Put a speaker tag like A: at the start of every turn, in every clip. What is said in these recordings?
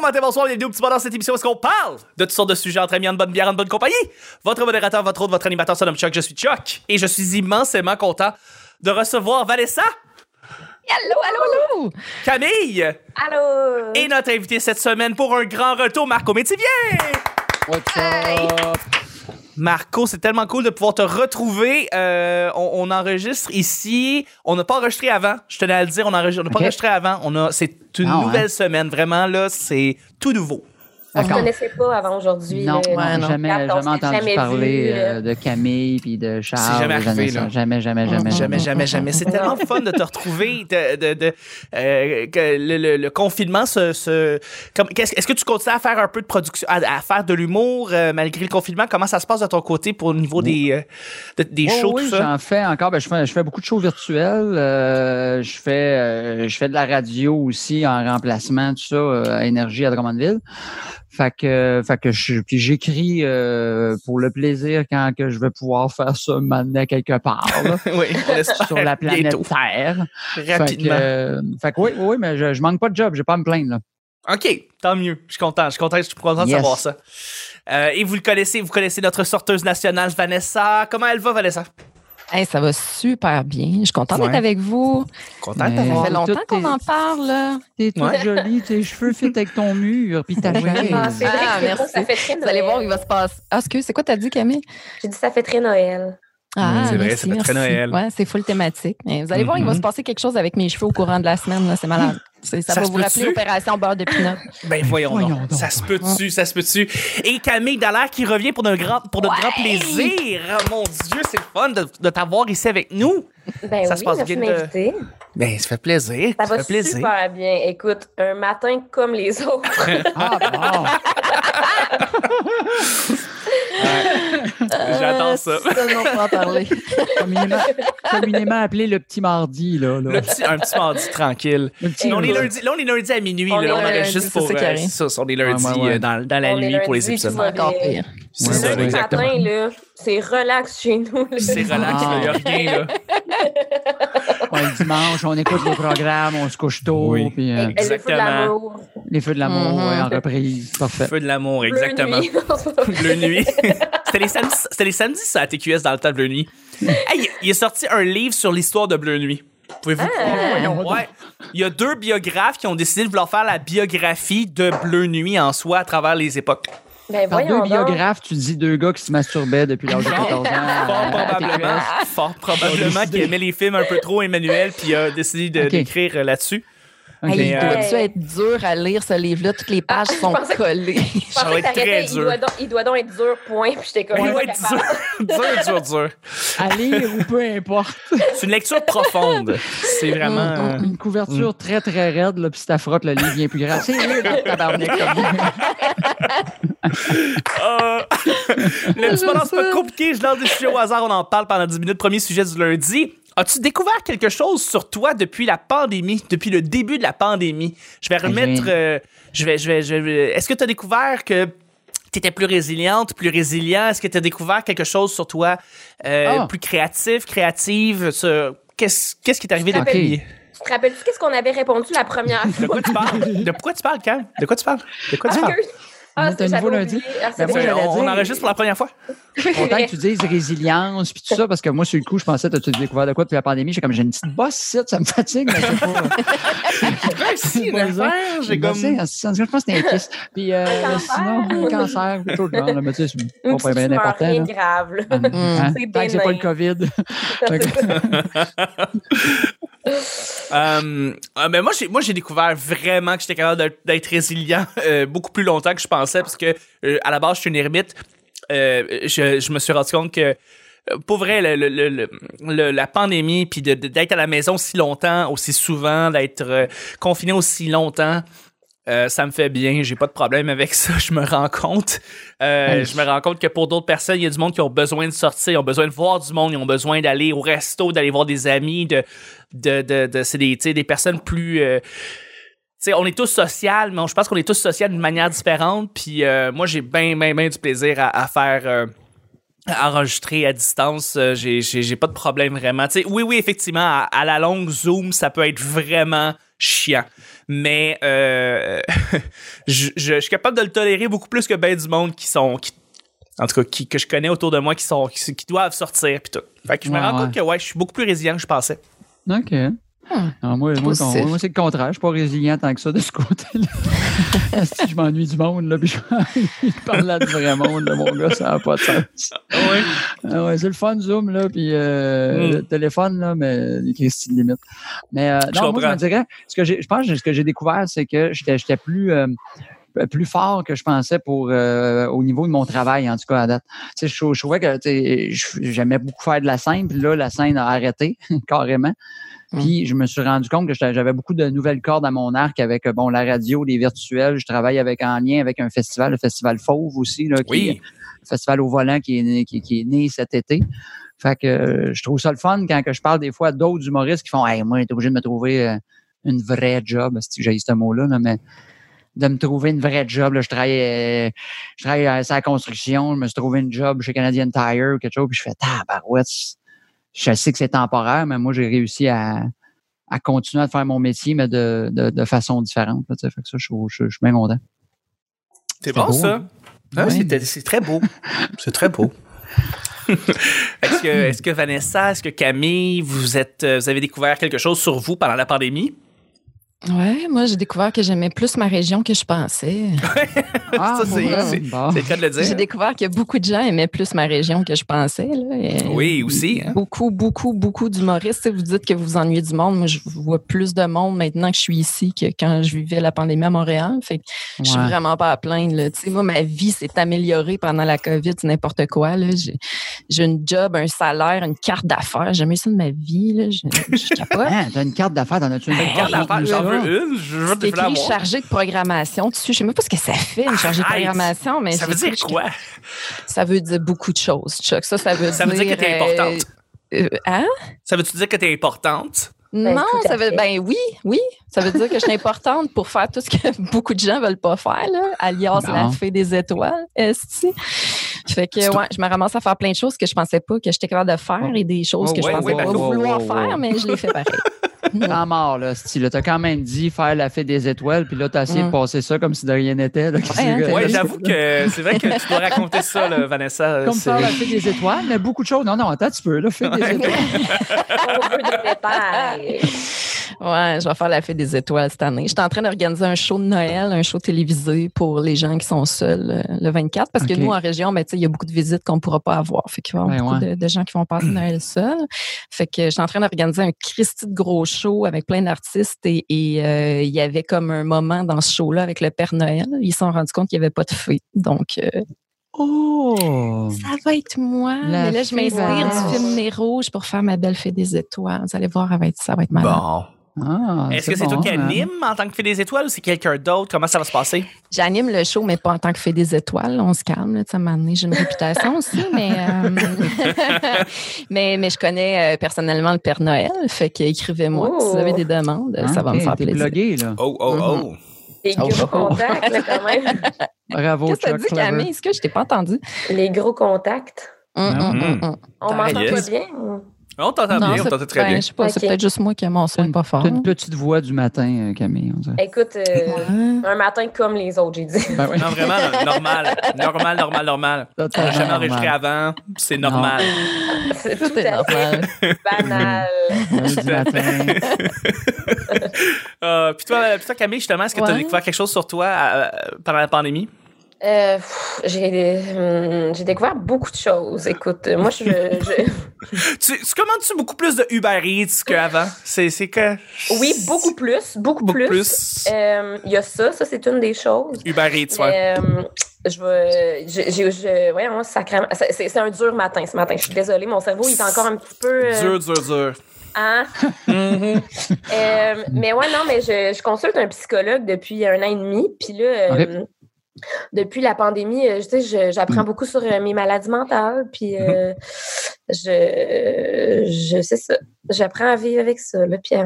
A: matin, bonsoir, bienvenue au petit bonheur cette émission où est-ce qu'on parle de toutes sortes de sujets entre amis, en bonne bière, en bonne compagnie. Votre modérateur, votre hôte, votre animateur, son nom Chuck, je suis Chuck. Et je suis immensément content de recevoir Vanessa,
B: Allô, allô,
A: Camille
B: allô! Allô!
A: et notre invité cette semaine pour un grand retour, Marco Métivier.
C: What's
B: Hey!
C: up?
A: Marco, c'est tellement cool de pouvoir te retrouver. Euh, on, on enregistre ici. On n'a pas enregistré avant. Je tenais à le dire, on enregistre- on n'a
C: Ok.
A: pas enregistré avant. On a, c'est une
C: Ah ouais.
A: nouvelle semaine. Vraiment, là, c'est tout nouveau.
B: On ne
C: D'accord.
B: connaissait pas avant aujourd'hui. euh,
C: Non,
B: là.
C: non,
B: On
C: jamais,
B: regarde, on
C: jamais
B: s'était
C: entendu
B: jamais
C: parler
B: vu,
C: euh, de Camille puis de Charles.
A: jamais
C: Ah, jamais,
A: arrivé,
C: ça.
A: là.
C: jamais, jamais, jamais,
A: Jamais, jamais, jamais. C'est tellement fun de te retrouver. De, de- de- euh, que le, le- le confinement se. se- comme- qu'est-ce- Est-ce que tu continues à faire un peu de production, à, à faire de l'humour euh, malgré le confinement? Comment ça se passe de ton côté pour le niveau des, euh, de- des
C: Oui,
A: shows,
C: Oh oui,
A: tout ça?
C: j'en fais encore. Ben, je, fais, je fais beaucoup de shows virtuels. Euh, je, fais, euh, je fais de la radio aussi en remplacement, tout ça, euh, à Énergie à Drummondville. Fait que, euh, fait que je, puis j'écris euh, pour le plaisir quand que je vais pouvoir faire ça maintenant quelque part là,
A: oui, on espère
C: sur la planète
A: bientôt,
C: Terre. Fait que,
A: rapidement.
C: euh, fait que oui, oui, mais je, je manque pas de job, j'ai pas à me plaindre. Là.
A: OK, tant mieux. Je suis content. Je suis content, je suis content de
C: Yes.
A: savoir ça. Euh, et vous le connaissez, vous connaissez notre sorteuse nationale, Vanessa. Comment elle va, Vanessa?
D: Hey, ça va super bien. Je suis contente
A: Ouais.
D: d'être avec vous.
A: Content
C: de t'avoir.
D: Ça
C: Ouais.
D: fait longtemps
C: Tout
D: qu'on
C: est-
D: en parle. là.
C: T'es toute
A: Ouais.
C: jolie, tes cheveux fit avec ton mur, puis ta
D: Oui.
C: chaise.
B: Ah, c'est vrai que
D: Ah,
B: c'est beau,
D: merci.
B: ça fait très
D: Vous
B: Noël.
D: allez voir, il va se passer. Ah, excuse, c'est quoi t'as dit, Camille?
B: J'ai dit ça fait très Noël.
A: Oui,
D: Ah,
A: Mm, c'est vrai,
D: merci,
A: ça fait très
D: merci.
A: Noël.
D: Ouais, c'est full thématique. Mais vous allez voir, il va
A: Mhm.
D: se passer quelque chose avec mes cheveux au courant de la semaine. là. C'est malade. C'est- Ça,
A: Mm. Ça
D: va
A: se
D: vous rappeler
A: peut-tu?
D: Opération Beurre de Pinot.
A: Ben voyons,
C: Voyons
A: donc.
C: donc.
A: Ça se peut dessus, ça se peut dessus. Et Camille Dallaire qui revient pour notre grand, pour notre grand plaisir. Oh, Mon Dieu, c'est le fun de, de t'avoir ici avec nous.
B: Ben
A: Ça
B: oui,
A: se passe
B: merci de
A: bien de-
B: m'inviter.
A: Ben, ça fait plaisir.
B: Ça va super bien. Écoute, un matin comme les autres.
C: Ah, bon.
A: J'adore ça.
B: Euh,
D: non, Euh, on peut en parler.
C: communément, communément appelé le petit mardi. Là, là.
A: Le petit- un petit mardi tranquille.
C: Le petit
B: Et
A: on est
C: mardi.
A: lundi, là, on est lundi à minuit.
B: On
A: là,
B: est
A: on
B: lundi,
A: enregistre
D: c'est
A: pour.
D: ça qui
A: euh,
D: arrive.
A: c'est ça, on est lundi
C: Ouais, ouais, ouais.
A: euh, Dans, dans la
B: On est
A: nuit pour les
B: lundi,
A: épisodes.
B: tout
D: C'est
B: va
D: encore
B: bien.
D: pire.
A: C'est
C: Ouais,
A: ça,
C: ouais,
B: Le
A: exactement.
B: matin, là, c'est relax chez nous. là.
A: C'est relax, il n'y a rien, là.
C: On est le dimanche, on écoute les programmes, on se couche tôt,
A: Oui.
C: puis
B: Et-
C: euh,
B: et le feu de
A: Exactement.
B: l'amour.
C: les feux de l'amour
D: Mhm.
C: ouais, en reprise. Parfait.
A: Feu de l'amour,
B: Bleu
A: exactement.
B: nuit.
A: Bleu nuit. C'était les, samedis, c'était les samedis, ça, à TQS, dans le temps de Bleu nuit. Hey, il est sorti un livre sur l'histoire de Bleu nuit. Pouvez-vous... Ouais. Il y a deux biographes qui ont décidé de vouloir faire la biographie de Bleu nuit en soi à travers les époques.
B: Ben
C: Par deux
B: voyons donc.
C: biographes, tu dis deux gars qui se masturbaient depuis l'âge de 14 ans.
A: Fort
C: euh, à
A: probablement,
C: TQS.
A: fort probablement qu'il aimait les films un peu trop, Emmanuel, puis il a décidé de-
C: Ok.
A: d'écrire là-dessus.
C: Ok.
D: Hey, il
A: Mais,
D: doit
B: euh,
D: dû être dur à lire ce livre-là. Toutes les pages
B: Ah, je
D: sont
B: pensais-
D: collées.
B: Je pensais
A: va
B: que
A: être très
B: t'arrêtais, il
A: dur.
B: doit donc- Il doit donc être dur, point. Puis j'étais comme.
A: Il
B: pas
A: doit être
B: capable.
A: dur, dur, dur, dur.
C: À lire ou peu importe.
A: C'est une lecture profonde. C'est vraiment... euh,
C: Une couverture très, très raide, là, puis si t'affrottes, le livre vient plus grave. C'est weird, hein, tabarnak.
A: Euh, le petit bonheur, c'est pas compliqué. Je lance des sujets au hasard. On en parle pendant 10 minutes. Premier sujet du lundi. As-tu découvert quelque chose sur toi depuis la pandémie, depuis le début de la pandémie? Je vais remettre.
C: j'ai-
A: euh, je vais, je vais, je vais- Est-ce que tu as découvert que tu étais plus résiliente, plus résilient? Est-ce que tu as découvert quelque chose sur toi euh,
C: Ah.
A: plus créatif, créative? sur- Qu'est-ce qu'est-ce qui est arrivé
C: Ok.
A: depuis?
B: Tu te rappelles-tu qu'est-ce qu'on avait répondu la première
A: De
B: fois?
A: quoi tu parles? De quoi tu parles, Cam? De quoi tu parles? De quoi tu parles?
B: Ah,
C: T'as un nouveau
B: j'avais
C: lundi.
B: oublié. Ah, c'est
C: Ben, moi,
B: vrai.
C: j'allais
A: on, on
C: dire-
A: enregistre pour la première fois?
C: content que tu dises résilience puis tout ça, parce que moi, sur le coup, je pensais que tu découvert de quoi depuis la pandémie. J'ai comme, j'ai une petite bosse ici, ça me fatigue, mais je sais pas.
A: si,
C: une affaire,
A: j'ai
C: Une bosse,
A: comme-
C: en sens- Je pense que c'était un kiss. Puis, euh,
B: cancer.
C: sinon, un cancer, ou tout le genre, là, mais tu sais, c'est
B: Une
C: pas
B: petite
C: bien
B: tumeur,
C: important.
B: rien
C: là.
B: de grave. là.
C: Hein?
B: C'est
C: Tant que c'est pas
B: bénin.
C: le COVID. Fait que-
A: Euh, euh, mais moi, j'ai, moi, j'ai découvert vraiment que j'étais capable de- d'être résilient euh, beaucoup plus longtemps que je pensais, parce que euh, à la base, je suis une ermite. Euh, je, je me suis rendu compte que euh, pour vrai, le- le- le- le- le- la pandémie, puis de- de- d'être à la maison aussi longtemps, aussi souvent, d'être euh, confiné aussi longtemps, euh, ça me fait bien. J'ai pas de problème avec ça. Je me rends compte. Euh,
C: Oui.
A: Je me rends compte que pour d'autres personnes, il y a du monde qui ont besoin de sortir, ils ont besoin de voir du monde, ils ont besoin d'aller au resto, d'aller voir des amis, de, de, de, de- c'est des, tu sais, des personnes plus. euh, tu sais, on est tous social, mais on- je pense qu'on est tous social d'une manière différente. Puis euh, moi, j'ai bien, bien, bien du plaisir à, à faire. euh, à enregistrer à distance, euh, j'ai, j'ai, j'ai pas de problème vraiment. Tu sais, oui, oui, effectivement, à, à la longue, Zoom, ça peut être vraiment chiant. Mais euh, je, je- je suis capable de le tolérer beaucoup plus que ben du monde qui sont. qui- en tout cas, qui, que je connais autour de moi qui sont qui, qui doivent sortir puis tout. Fait que je me
C: Ouais,
A: rends
C: ouais.
A: compte que ouais, je suis beaucoup plus résilient que je pensais.
C: OK. Non, moi, moi,
D: Positif.
C: con- moi, c'est le contraire. Je suis pas résilient tant que ça de ce côté-là. Asti, je m'ennuie du monde, là, puis je m'ennuie de parler à du vrai monde, là, mon gars, ça n'a pas de sens.
A: Ouais.
C: Ah ouais, c'est le fun, Zoom, là, puis euh,
A: Mm.
C: le téléphone, là, mais les Christy de limite. Mais euh,
A: Je
C: non, moi, je
A: comprends.
C: me dirais, ce que j'ai- je pense que ce que j'ai découvert, c'est que j'étais j'étais plus, euh, plus fort que je pensais pour euh, au niveau de mon travail, en tout cas, à date. Tu sais, je, trou- je trouvais que tu sais, je- j'aimais beaucoup faire de la scène, puis là, la scène a arrêté carrément.
A: Hmm.
C: Puis je me suis rendu compte que j'étais- j'avais beaucoup de nouvelles cordes à mon arc avec euh, bon la radio, les virtuels. Je travaille avec en lien avec un festival, le festival Fauve aussi, là, qui,
A: Oui.
C: festival au volant qui est né, qui, qui est né cet été. Fait que euh, je trouve ça le fun quand que je parle des fois d'autres humoristes qui font Hey, moi, j'étais obligé de me trouver euh, une vraie job. Si j'ai ce mot-là, là, mais de me trouver une vraie job. là. je travaille, euh, je travaille à la construction, je me suis trouvé une job chez Canadian Tire ou quelque chose, puis je fais Tabarouette. Je sais que c'est temporaire, mais moi, j'ai réussi à, à continuer à faire mon métier, mais de, de, de façon différente. là, tu sais. fait que ça, je, trouve- je- je suis bien content.
A: C'est
C: C'était
A: bon,
C: beau,
A: ça.
C: hein?
A: Ah,
C: Ouais.
A: c'était- C'est très beau. C'est très beau. est-ce que, est que Vanessa, est-ce que Camille, vous, êtes, euh, vous avez découvert quelque chose sur vous pendant la pandémie?
D: Ouais, moi, j'ai découvert que j'aimais plus ma région que je pensais.
C: Ah,
A: Ça, c'est-
C: bon,
A: c'est-
C: bon.
A: C'est le cas de le
D: J'ai
A: dire.
D: découvert que beaucoup de gens aimaient plus ma région que je pensais. là, et-
A: Oui, aussi. hein.
D: Beaucoup, beaucoup, beaucoup d'humoristes. Tu sais, Vous dites que vous vous ennuyez du monde. Moi, je vois plus de monde maintenant que je suis ici que quand je vivais la pandémie à Montréal. Fait que je suis
C: Ouais.
D: vraiment pas à plaindre. là. Tu sais, moi, ma vie s'est améliorée pendant la COVID, c'est n'importe quoi. là. J'ai j'ai une job, un salaire, une carte d'affaires. J'ai jamais eu ça de ma vie. là. Je, je capote.
C: Hein, t'as une carte d'affaires, t'en as-tu une Ah,
A: Regarde la face, j'en veux une. Je veux
D: C'est
A: te la
D: écrit
A: voir.
D: chargé de programmation dessus. Je sais même pas ce que ça fait, une chargée de
A: Arrête!
D: programmation, mais
A: Ça veut
D: j'ai-
A: dire quoi?
D: Ça veut dire beaucoup de choses, Chuck. Ça, ça veut
A: Ça veut dire que t'es
D: euh,
A: importante.
D: euh, hein?
A: Ça veut-tu dire que t'es importante?
B: Ben,
D: non,
B: tout à
D: ça veut
B: fait.
D: ben oui, oui, ça veut dire que je suis importante pour faire tout ce que beaucoup de gens veulent pas faire là, alias
C: Non.
D: la fée des étoiles, esti. Fait que
A: C'est tout.
D: ouais, je me ramasse à faire plein de choses que je pensais pas que j'étais capable de faire et des choses
C: Oh,
D: que
A: ouais,
D: je pensais
A: ouais,
D: pas
A: ben,
C: wow,
D: vouloir
C: wow, wow.
D: faire, mais je les fais pareil.
C: T'en mort, là, style. là. T'as quand même dit faire la fête des étoiles, puis là, t'as essayé
D: Mm.
C: de passer ça comme si de rien n'était. là.
D: hein, t'as-
A: Ouais, j'avoue que c'est vrai que tu dois raconter ça, là, Vanessa.
C: Comme
A: C'est-
C: faire la fête des étoiles, mais beaucoup de choses. Non, non, attends, tu peux, là, fête des étoiles.
B: On veut des détails.
D: Ouais, je vais faire la fête des étoiles cette année. Je suis en train d'organiser un show de Noël, un show télévisé pour les gens qui sont seuls euh, le 24, parce
C: Ok.
D: que nous, en région, ben, tu sais, il y a beaucoup de visites qu'on ne pourra pas avoir. Fait qu'il va y avoir
C: Ben
D: beaucoup de, de gens qui vont passer Noël seuls. Fait que je suis en train d'organiser un Christy de gros show avec plein d'artistes et et, euh, il y avait comme un moment dans ce show-là avec le Père Noël. Ils se sont rendus compte qu'il n'y avait pas de fée. Donc, euh,
C: Oh!
D: ça va être moi.
C: La
D: mais là, je
C: fée
D: m'inspire
B: Noël.
D: du film Les Rouges pour faire ma belle fée des étoiles. Vous allez voir, ça va être, ça va être malade.
A: Bon.
C: Ah,
A: Est-ce que c'est toi
C: bon,
A: qui
C: hein.
A: anime en tant que fille des étoiles ou c'est quelqu'un d'autre? Comment ça va se passer?
D: J'anime le show, mais pas en tant que fée des étoiles. On se calme, là, tu sais, à un moment donné, j'ai une réputation aussi, mais, euh, mais, mais je connais euh, personnellement le Père Noël. Fait que écrivez-moi si vous avez des demandes, ça va
C: Oh! Ok,
D: me faire
C: Hein? t'es
D: plaisir.
C: plugué, là.
A: Oh, oh, oh.
B: Les
D: Oh,
B: gros
D: oh.
B: contacts, là, quand même.
C: Bravo,
D: Qu'est-ce que t'as
C: Chuck
D: dit, Camille?
C: Clever.
D: Est-ce que je t'ai pas entendu?
B: Les gros contacts.
D: Hum, hum, hum, hum.
B: On
D: Ah,
B: m'entend
A: yes.
B: pas bien?
A: On t'entend bien, on
D: c'est-
A: t'entend très
D: ben,
A: bien.
D: Je sais pas, c'est
B: Ok.
D: peut-être juste moi qui ai mon son est pas fort.
C: T'as une petite voix du matin, euh, Camille, on dirait.
B: Écoute, euh,
D: Ouais.
B: un matin comme les autres, j'ai dit.
C: Ben oui.
A: Hein? Non, vraiment, là, normal. Normal, normal, normal. On
C: Totalement
A: n'a jamais enregistré
C: Ah, normal.
A: avant. C'est normal.
B: C'est tout
D: Tout est
B: à fait
D: normal.
B: banal.
C: Lundi matin.
A: Euh, puis, toi, euh, puis toi, Camille, justement, est-ce que tu as
D: Ouais.
A: découvert quelque chose sur toi euh, pendant la pandémie?
B: Euh, pff, j'ai hum, j'ai découvert beaucoup de choses. Écoute, euh, moi, je, je-
A: Tu, tu commandes-tu beaucoup plus de Uber Eats qu'avant? C'est, c'est que.
B: Oui, beaucoup plus. Beaucoup,
A: Beaucoup
B: plus.
A: plus.
B: Euh, Il y a ça, ça, c'est une des choses.
A: Uber Eats, ouais.
B: Mais, euh, je vais. Je, je, je- voyons, sacrément- c'est- C'est c'est un dur matin ce matin. Je suis désolée, mon cerveau il est encore un petit peu. euh,
A: Dur, dur, dur.
B: hein. Euh, mais ouais, non, mais je, je consulte un psychologue depuis un an et demi. Puis là, euh, depuis la pandémie, euh, je sais, je- j'apprends beaucoup sur euh, mes maladies mentales. Puis euh, je, je sais ça. J'apprends à vivre avec ça, là, puis à,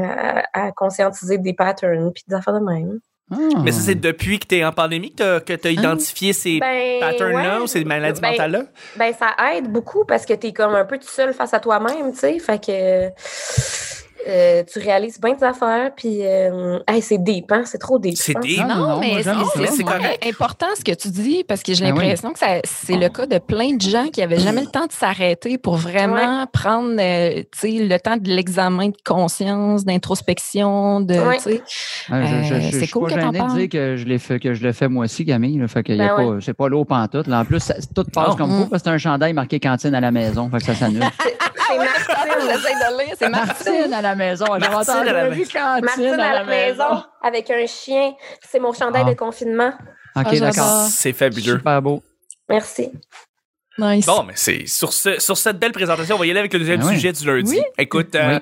B: à- à conscientiser des patterns, puis des affaires de même.
C: Ah.
A: Mais ça, c'est depuis que tu es en pandémie que tu as, identifié ces
B: Hein? Ben,
A: patterns-là
B: ouais.
A: ou ces maladies
B: Ben,
A: mentales-là?
B: Ben, ça aide beaucoup parce que t'es comme un peu tout seul face à toi-même, tu sais. Fait que. euh, tu réalises bien tes affaires, puis euh, hey, c'est deep, hein? c'est trop deep.
A: C'est
B: hein?
A: deep.
D: Ah, Non,
C: Non, non, moi,
D: mais c'est-
C: j'aime
A: ça.
D: c'est
A: C'est
D: c'est
A: correct.
D: important ce que tu dis parce que j'ai
C: Ben oui.
D: l'impression que ça- c'est le cas de plein de gens qui n'avaient jamais le temps de s'arrêter pour vraiment prendre euh, tu sais, le temps de l'examen de conscience, d'introspection, de.
B: Ouais.
D: tu sais.
C: Ah, je- je-
D: Euh,
C: je- je
D: c'est
C: suis
D: cool que
C: pas
D: t'en
C: gêné de
D: parles.
C: dire que je, l'ai fait, que je le fais moi aussi, Camille. Là, fait que y
B: Ben
C: a pas, c'est pas lourd pantoute. Là, en plus, ça- tout passe
A: Non.
C: comme
D: Mm.
C: coup parce que c'est un chandail marqué cantine à la maison. Fait que ça s'annule.
B: C'est Martine,
D: J'essaie de lire, c'est marrant.
C: Martine à la maison. J'avais
A: Martine
C: entendu
A: à la
C: j'ai
A: maison.
C: dit cantine
B: Martine à la maison avec un chien. C'est mon chandail
C: Ah.
B: de confinement.
C: OK,
D: Ah, j'adore.
C: d'accord.
A: C'est fabuleux.
C: Super beau.
B: Merci.
D: Nice.
A: Bon, mais c'est sur, ce- sur cette belle présentation, on va y aller avec le deuxième
C: Ah ouais.
A: sujet du lundi.
D: Oui.
A: Écoute, euh,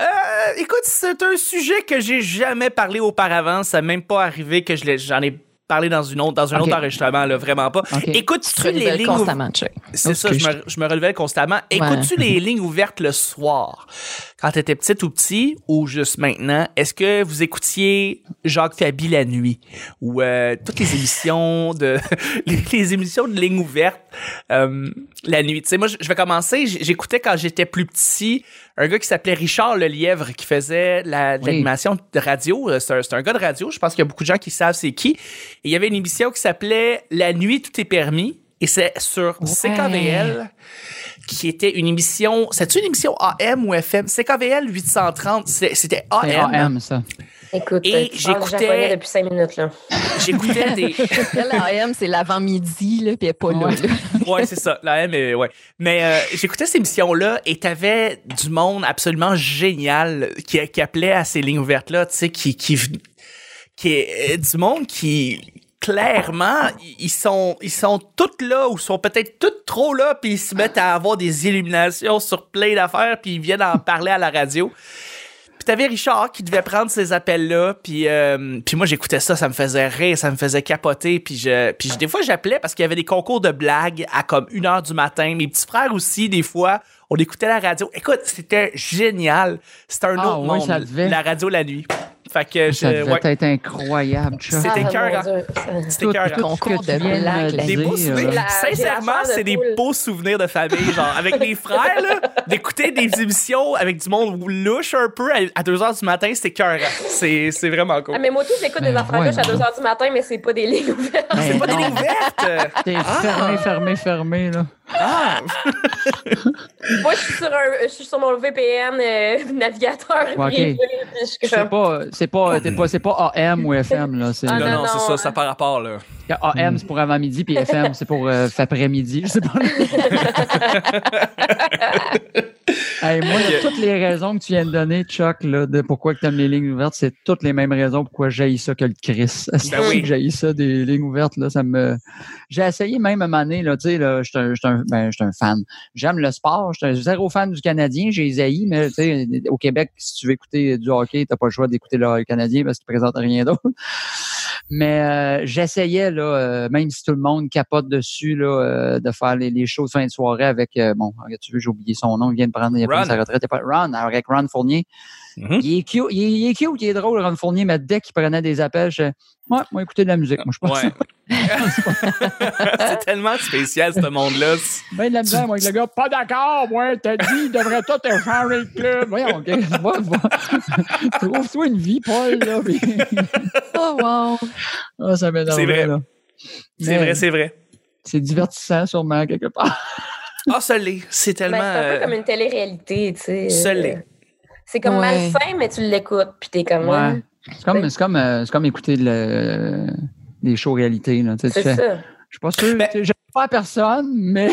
A: euh, écoute, c'est un sujet que j'ai jamais parlé auparavant. Ça m'est même pas arrivé que je l'ai- j'en ai parlé dans une autre dans un
C: Ok.
A: autre enregistrement, là, vraiment pas.
C: OK.
A: Écoute,
D: Tu te
A: tu les
D: renouvelles
A: lignes
D: constamment, Chuck.
A: C'est ça,
C: Ok,
A: je me, je me relevais constamment. Écoutes-tu les lignes ouvertes le soir? Quand t'étais petite ou petit, ou juste maintenant, est-ce que vous écoutiez Jacques Fabi la nuit? Ou euh, toutes les émissions de les, les émissions de lignes ouvertes euh, la nuit? Tu sais, moi, je je vais commencer. J- J'écoutais quand j'étais plus petit un gars qui s'appelait Richard Lelièvre qui faisait la- de
C: Oui.
A: l'animation de radio. Euh, C'est un, c'est un gars de radio. Je pense qu'il y a beaucoup de gens qui savent c'est qui. Et il y avait une émission qui s'appelait La nuit, tout est permis. Et c'est sur
D: Ouais.
A: CKVL, qui était une émission. C'était une émission AM ou FM? CKVL 830, c'est- c'était
C: C'est
A: AM.
C: AM, ça.
B: Écoute,
A: Et
B: tu parles
A: j'écoutais-
B: japonais depuis cinq minutes. Là.
A: J'écoutais des.
D: L'AM, c'est l'avant-midi, là, puis elle n'est pas là,
C: Ouais.
D: là.
A: ouais, c'est ça. La M, euh, ouais. Mais euh, j'écoutais ces émissions-là et t'avais du monde absolument génial qui, qui appelait à ces lignes ouvertes-là, tu sais, qui, qui, qui est euh, du monde qui, clairement, ils- ils sont, ils sont tous là ou sont peut-être tous trop là puis ils se mettent à avoir des illuminations sur plein d'affaires puis ils viennent en parler à la radio. Puis t'avais Richard qui devait prendre ces appels-là, puis euh, puis moi j'écoutais ça, ça me faisait rire, ça me faisait capoter, puis je puis je- des fois j'appelais parce qu'il y avait des concours de blagues à comme une heure du matin. Mes petits frères aussi des fois, on écoutait la radio. Écoute, c'était génial, c'était un
C: Ah
A: autre
C: oui,
A: monde.
C: ça devait.
A: La radio la nuit. Fait que
C: Ça
A: je,
C: devait
A: ouais,
C: être incroyable, Chuck.
A: C'était
B: Ah, mon
A: cœur, hein.
B: Dieu.
A: c'était
C: tout-
A: écœurant.
C: tout-
D: Concours
C: que
D: de
C: tu viens de
D: blagues,
C: me
D: la
A: Des
C: dire,
A: beaux
C: euh,
A: souvenirs.
B: j'ai la
A: Sincèrement,
B: chair de
A: c'est des
B: poule.
A: beaux souvenirs de famille, genre avec mes frères, là, d'écouter des émissions avec du monde louche un peu à- à 2 heures du matin, c'est cœur. C'est c'est vraiment cool.
B: Ah, mais moi aussi, j'écoute
C: Ben,
B: des affaires
C: ouais,
B: gauches à
C: non.
B: 2 h du matin, mais c'est pas des lignes ouvertes.
C: Ben
A: C'est pas des
C: non,
A: lignes ouvertes.
C: T'es fermé, fermé, fermé, là.
A: Ah,
B: moi, je suis sur, un- je suis sur mon VPN euh, navigateur.
C: Ouais, ok.
B: privé, puis je suis
C: C'est
B: comme-
C: pas, c'est pas, t'es pas, c'est pas AM ou FM, là. C'est,
A: non,
B: Ah, non,
A: non, c'est
B: non,
A: ça,
B: hein.
A: ça par rapport, là.
C: AM, c'est pour avant-midi, puis FM, c'est pour euh, après-midi. Je sais pas. Hey, moi, toutes les raisons que tu viens de donner, Chuck, là, de pourquoi que t'aimes les lignes ouvertes, c'est toutes les mêmes raisons pourquoi j'haïs ça que le Chris. Si
A: Ben oui.
C: j'haïs ça des lignes ouvertes, là, ça me. J'ai essayé même à un moment donné, là, tu sais, là, je suis un, j'suis un- ben, j'suis un fan. J'aime le sport, je suis un zéro fan du Canadien, j'ai les haïs, mais tu sais, au Québec, si tu veux écouter du hockey, t'as pas le choix d'écouter le hockey Canadien parce qu'il présente rien d'autre. Mais euh, j'essayais, là, euh, même si tout le monde capote dessus, là, euh, de faire les, les shows de fin de soirée avec, euh, bon, tu veux, j'ai oublié son nom, il vient de prendre, il a pris
A: Ron.
C: sa retraite, il a pas- Ron, avec Ron Fournier.
A: Mhm.
C: il, est cute, il, est, il est cute, il est drôle, Ron Fournier, mais dès qu'il prenait des appels, je moi, moi, écouter de la musique, moi, je pense.
A: Ouais. c'est tellement spécial, ce monde-là.
C: Ben de la misère, moi, avec le gars, pas d'accord, moi, t'as dit, il devrait tout échanger le club. Voyons, OK, va, va. Trouve-toi une vie, Paul, là. puis-
D: Oh, wow.
C: Ah, ça m'énerve.
A: C'est vrai.
C: là.
A: C'est
C: Mais
A: vrai, c'est vrai.
C: C'est divertissant, sûrement, quelque part.
A: Ensoleillé, Ah, c'est
B: Ben,
A: tellement...
B: c'est un peu
A: euh,
B: comme une télé-réalité, tu sais.
A: Solé.
B: Euh, C'est comme
D: Ouais.
B: malsain, mais tu l'écoutes, puis t'es comme. hein,
C: Ouais.
B: Ouais.
C: C'est comme, c'est comme, euh, c'est comme écouter le, des shows réalité, là. Tu sais, tu
B: C'est
C: fais,
B: ça.
C: Je suis pas sûr,
A: Mais-
C: tu sais, j'aime pas à personne, mais.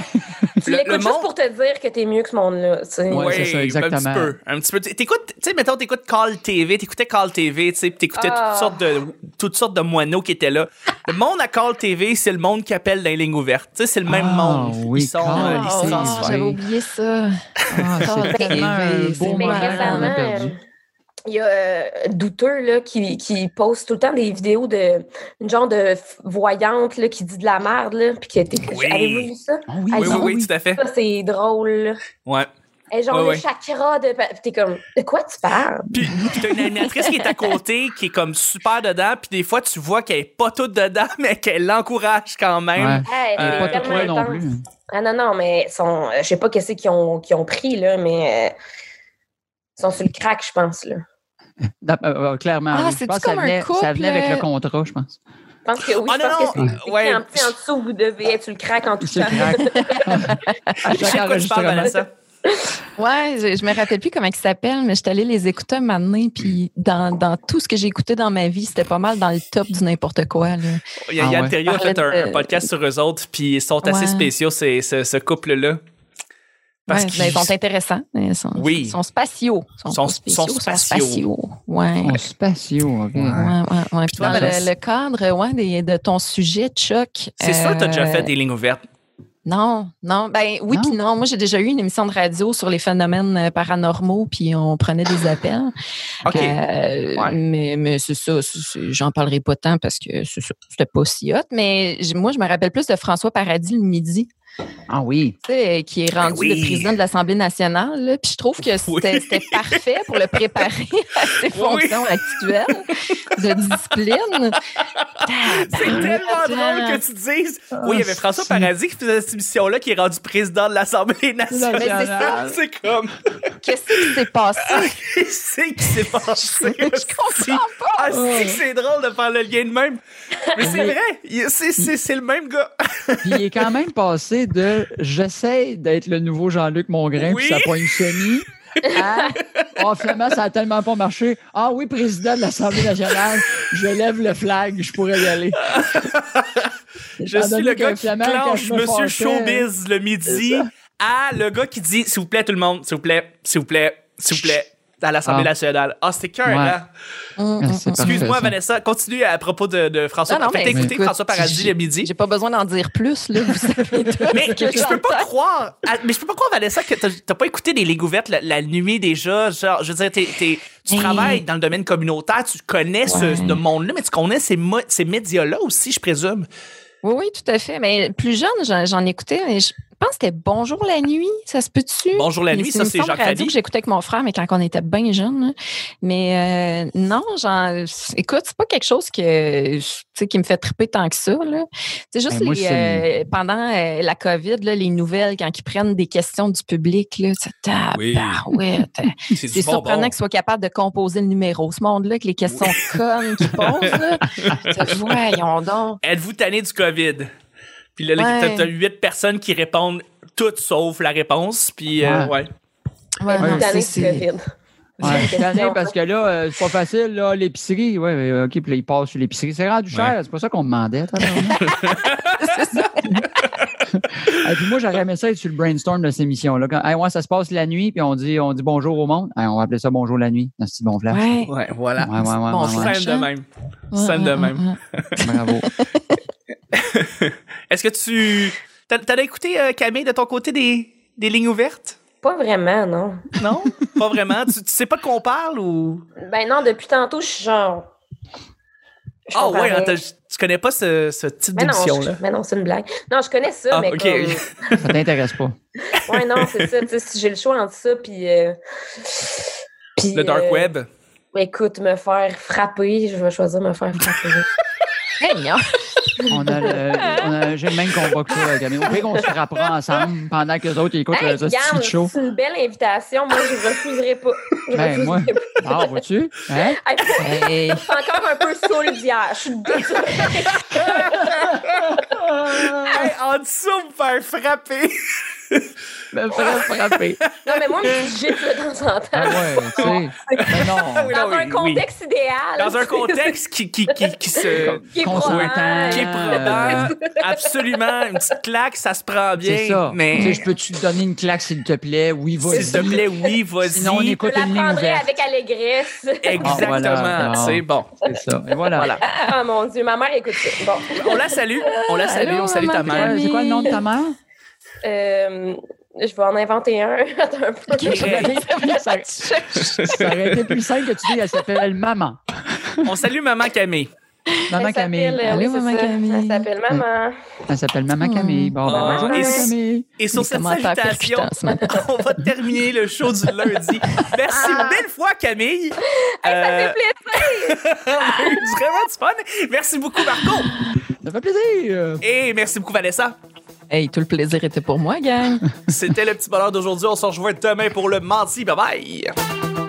B: Tu
A: Le- le
B: l'écoutes
A: monde-
B: juste pour te dire que t'es mieux que ce monde-là, tu sais.
C: Ouais.
A: Oui,
C: c'est ça,
A: Un petit
C: exactement.
A: peu. Un petit peu. T'écoutes, tu sais, mettons, t'écoutes Call TV, t'écoutais Call TV, tu sais, puis t'écoutais
B: Ah.
A: toutes, sortes de, toutes sortes de moineaux qui étaient là. Le monde à Call TV, c'est le monde qui appelle dans les lignes ouvertes. Tu sais, c'est le même
C: Ah,
A: monde.
C: oui,
A: ils sont,
C: Call
A: euh, ils se
C: TV.
A: transforment.
D: Ah, j'avais oublié ça.
C: Ah,
D: Oh,
C: c'est tellement un
D: ben,
C: beau
D: ben,
B: Mais
C: moment qu'on a
B: récemment,
C: perdu.
B: euh, il y a euh, Douteux là, qui, qui poste tout le temps des vidéos de une genre de f- voyante là, qui dit de la merde. Là, puis qui était,
A: Oui.
B: Avez-vous vu ça?
C: Ah oui,
B: Ah,
A: Oui,
C: ah
A: oui, oui,
C: oui.
A: tout à fait.
B: Ça, c'est drôle. là.
A: Ouais.
B: Et genre,
A: Ouais, ouais.
B: le chakra de. pa- puis T'es comme, de quoi tu parles?
A: Puis, puis t'as une animatrice qui est à côté, qui est comme super dedans, puis des fois, tu vois qu'elle est pas toute dedans, mais qu'elle l'encourage quand même.
C: Ouais.
B: Hey,
A: Euh,
B: c'est
C: Et pas
B: tellement
C: tatoué non
B: intense.
C: plus. hein.
B: Ah non, non, mais sont, euh, je sais pas qu'est-ce qu'ils ont, qu'ils ont pris, là, mais. euh, Ils sont sur le crack, je pense. Là.
C: Non, euh, euh, clairement.
D: Ah,
C: oui. Je
D: c'est-tu
C: pense que ça
D: comme un
C: venait, ça venait avec
D: couple,
C: le contrat, je pense.
B: Je pense que oui,
A: Ah,
B: je
A: non,
B: pense
A: non,
B: que c'est
A: ouais.
B: un petit en dessous, vous devez être sur le crack en tout
C: C'est
B: temps.
C: le crack. À
A: Je sais
C: chaque
A: de quoi tu parles,
C: enregistrement.
A: Vanessa.
D: Ouais, je, je me rappelle plus comment ils s'appellent, mais je suis allée les écouter un moment donné, puis dans, dans tout ce que j'ai écouté dans ma vie, c'était pas mal dans le top du n'importe quoi. Là.
A: Il y a
C: Ah
A: Yann
C: ouais.
A: Terriot a fait un,
D: Parler de-
A: un podcast sur eux autres, puis ils sont assez
D: Ouais.
A: spéciaux, ces- ce, ce couple-là. Parce
D: Ouais,
A: qu'ils
D: ben, ils sont intéressants. mais Ils sont,
A: Oui.
D: ils sont spatiaux. Ils
A: Sont-
D: pas spéciaux,
A: sont
D: ils
A: spatiaux.
D: Ouais.
C: On se patio, OK.
D: Ouais, ouais, ouais. Puis dans
A: toi,
D: le,
A: Vanessa?
D: le cadre ouais, des- de ton sujet, Chuck.
A: C'est sûr que tu as déjà
D: euh,
A: fait des lignes ouvertes.
D: Non, non. Ben oui,
C: Non?
D: puis non. Moi, j'ai déjà eu une émission de radio sur les phénomènes euh, paranormaux, puis on prenait des appels.
A: OK.
D: Euh,
A: Ouais.
D: Mais, mais c'est ça, c'est- c'est- j'en parlerai pas tant parce que c'est ça, c'était pas si hot. Mais j- moi, je me rappelle plus de François Paradis le midi,
C: Ah oui.
D: tu sais, qui est rendu
A: Ben oui.
D: le président de l'Assemblée nationale. là. Puis je trouve que c'était
A: Oui.
D: c'était parfait pour le préparer à ses fonctions actuelles de discipline.
A: C'est tellement drôle que tu dises. Ah, Oui, il y avait
D: Oh,
A: François Paradis qui faisait cette émission-là, qui est rendu président de l'Assemblée nationale.
D: Mais c'est ça.
A: C'est comme.
D: Qu'est-ce qui s'est passé?
A: C'est qui s'est passé?
D: Je comprends pas.
A: Ah, c'est que c'est drôle de faire le lien de même. Mais c'est vrai, il- c'est- c'est c'est le même gars.
C: Puis il est quand même passé de j'essaie d'être le nouveau Jean-Luc Mongrain,
A: Oui.
C: puis ça pointe semi. à oh, finalement, ça a tellement pas marché. Ah oui, président de l'Assemblée nationale, je lève le flag, je pourrais y aller.
A: Je
C: Étant
A: suis
C: donné
A: le
C: que
A: gars qui
C: finalement, quand
A: clenche
C: je me
A: Monsieur
C: fâchais-
A: Showbiz le midi à le gars qui dit S'il vous plaît, tout le monde, s'il vous plaît, s'il vous plaît, s'il vous plaît, à l'Assemblée
C: Ah.
A: nationale. Ah, c'était cœur,
C: Ouais.
A: là.
D: Hum, hum,
C: Ah, C'est
D: hum.
C: parfait,
A: Excuse-moi,
C: ça.
A: Vanessa, continue à propos de, de François.
D: Non, non,
A: Faites
D: mais
A: écouter
D: écoute,
A: François Paradis
D: j'ai-
A: le midi.
D: J'ai pas besoin d'en dire plus, là. Vous savez tout
A: Mais
D: ce que
A: je peux
D: j'entends.
A: pas croire, à- mais je peux pas croire, Vanessa, que t'as t'as pas écouté les Ligues ouvertes la, la nuit déjà. Genre, je veux dire, t'es- t'es- tu
D: Hey.
A: travailles dans le domaine communautaire, tu connais ce,
D: Ouais.
A: ce monde-là, mais tu connais ces, mo- ces médias-là aussi, je présume.
D: Oui, oui, tout à fait. Mais plus jeune, j'en, j'en écoutais. mais je pense que c'était Bonjour la nuit. Ça se peut-tu?
A: Bonjour la
D: Mm. Mais
A: nuit,
D: c'est
A: ça
D: une
A: c'est
D: émission
A: Jacques
D: de radio
A: Radie.
D: que j'écoutais avec mon frère, mais quand on était bien jeune. là. Mais euh, non, j'en, écoute, c'est pas quelque chose que, tu sais, qui me fait triper tant que ça. Là. C'est juste
C: Ben, moi,
D: les,
C: c'est-
D: euh, pendant euh, la COVID, là, les nouvelles, quand ils prennent des questions du public, là, tu sais,
A: Oui.
D: tabarouette. C'est surprenant qu'ils soient capables de composer le numéro. Ce monde-là, que les questions connes qu'ils posent, là, t'as- voyons donc.
A: Êtes-vous tanné du COVID? Puis là, là,
D: Ouais.
A: t'as- t'as huit personnes qui répondent toutes sauf la réponse. Puis, euh,
C: Ouais.
A: ouais.
D: Ouais,
C: Ouais.
D: non,
B: Cette année,
D: c'est-
B: c'est
D: c'est-
B: COVID.
C: Ouais, je suis tanné
B: Question.
C: parce que là, euh, c'est pas facile, là, l'épicerie. Ouais, ouais, OK, puis là, il passe sur l'épicerie. C'est rendu cher, c'est pas ça qu'on demandait. tabarnak. Et puis moi, j'aurais aimé ça être sur le brainstorm de ces missions-là. Quand, hey, ouais, ça se passe la nuit, puis on dit, on dit bonjour au monde. Hey, on va appeler ça bonjour la nuit. C'est bon flash.
D: Ouais.
A: Ouais, voilà.
C: Ouais, ouais, ouais,
D: Bon,
C: ouais, ouais.
D: flash.
A: Scène de même. Scène de même.
C: Bravo.
A: Est-ce que tu. T'as t'as écouté, euh, Camille, de ton côté des, des lignes ouvertes?
B: Pas vraiment, non.
A: Non? pas vraiment? Tu, tu sais pas de quoi on parle ou.
B: Ben non, depuis tantôt, je suis genre. je
A: Ah
B: comprends
A: ouais,
B: rien.
A: t'as- tu connais pas ce, ce type
B: mais non, je-
A: d'émission-là?
B: mais non, c'est une blague. Non, je connais ça,
A: Ah,
B: mais
A: ok.
B: comme...
C: Ça t'intéresse pas.
B: Ouais, non, c'est ça. Tu sais, si j'ai le choix entre ça, puis... euh, puis,
A: Le Dark
B: euh,
A: Web?
B: Écoute, me faire frapper, je vais choisir me faire frapper.
D: Seigneur.
C: On a le- on a- J'ai le même combat que toi, Camille. Au pire, on se frappera ensemble pendant que les autres ils écoutent
B: Hey,
C: le ça, c'est
B: Yann,
C: chaud.
B: c'est une belle invitation. Moi, je refuserai pas. Je
C: Ben,
B: refuserai
C: moi-
B: pas.
C: Ah, vois-tu? Hein?
B: Hey, faut-
D: Hey.
B: je suis encore un peu saoul d'hier. Je suis désolée.
A: Hey, en dessous, me faire frapper!
C: Ben, Me ferait frapper.
B: Non, mais moi, j'ai de temps en temps.
C: Ah ouais, tu sais. Mais non.
A: Oui,
B: Dans
A: non,
B: un
A: oui,
B: contexte idéal.
A: oui. Dans un contexte qui, qui, qui, qui
C: euh,
A: se.
B: qui est
C: conjointant.
B: probable.
A: Qui est
C: Euh,
A: probant, absolument, une petite claque, ça se prend bien.
C: C'est ça. Tu sais,
A: Mais
C: je peux-tu te donner une claque, s'il te plaît? Oui, vas-y.
A: s'il te plaît, oui, vas-y.
C: Sinon, on
B: Je
C: écoute une ligne
B: l'apprendrai
C: ouverte.
B: avec allégresse.
A: Exactement,
C: Ah, voilà.
A: tu sais, bon.
C: C'est ça. Et voilà.
A: Voilà.
B: Ah mon Dieu, ma mère écoute ça. Bon.
A: On la salue, on
B: Ah
A: la salue,
D: allô,
A: on salue ta
D: maman.
A: mère.
C: Euh, C'est quoi le nom de ta mère?
B: Euh, je vais en inventer un. Attends un peu.
C: ça, ça aurait été plus simple que tu dis, elle s'appelle Maman.
A: On salue maman Camille.
C: Maman
B: Elle s'appelle,
C: Camille.
B: euh,
D: Allô,
B: oui, c'est
D: maman
B: ça.
D: Camille.
B: Elle s'appelle Maman.
C: Elle s'appelle Maman Camille. Bon, ben,
A: Ah,
C: bonjour,
A: et-
C: Maman Camille.
A: Et sur
D: Des
A: cette
D: commentaires
A: salutation,
D: percutants ce matin.
A: on va terminer le show du lundi. Merci mille fois, Camille. Euh,
B: Ah. Ça fait plaisir.
A: on a eu vraiment du fun. Merci beaucoup, Marco.
C: Ça fait plaisir.
A: Et merci beaucoup, Vanessa.
D: Hey, tout le plaisir était pour moi, gang.
A: C'était le petit bonheur d'aujourd'hui. On se rejoint demain pour le mardi. Bye bye.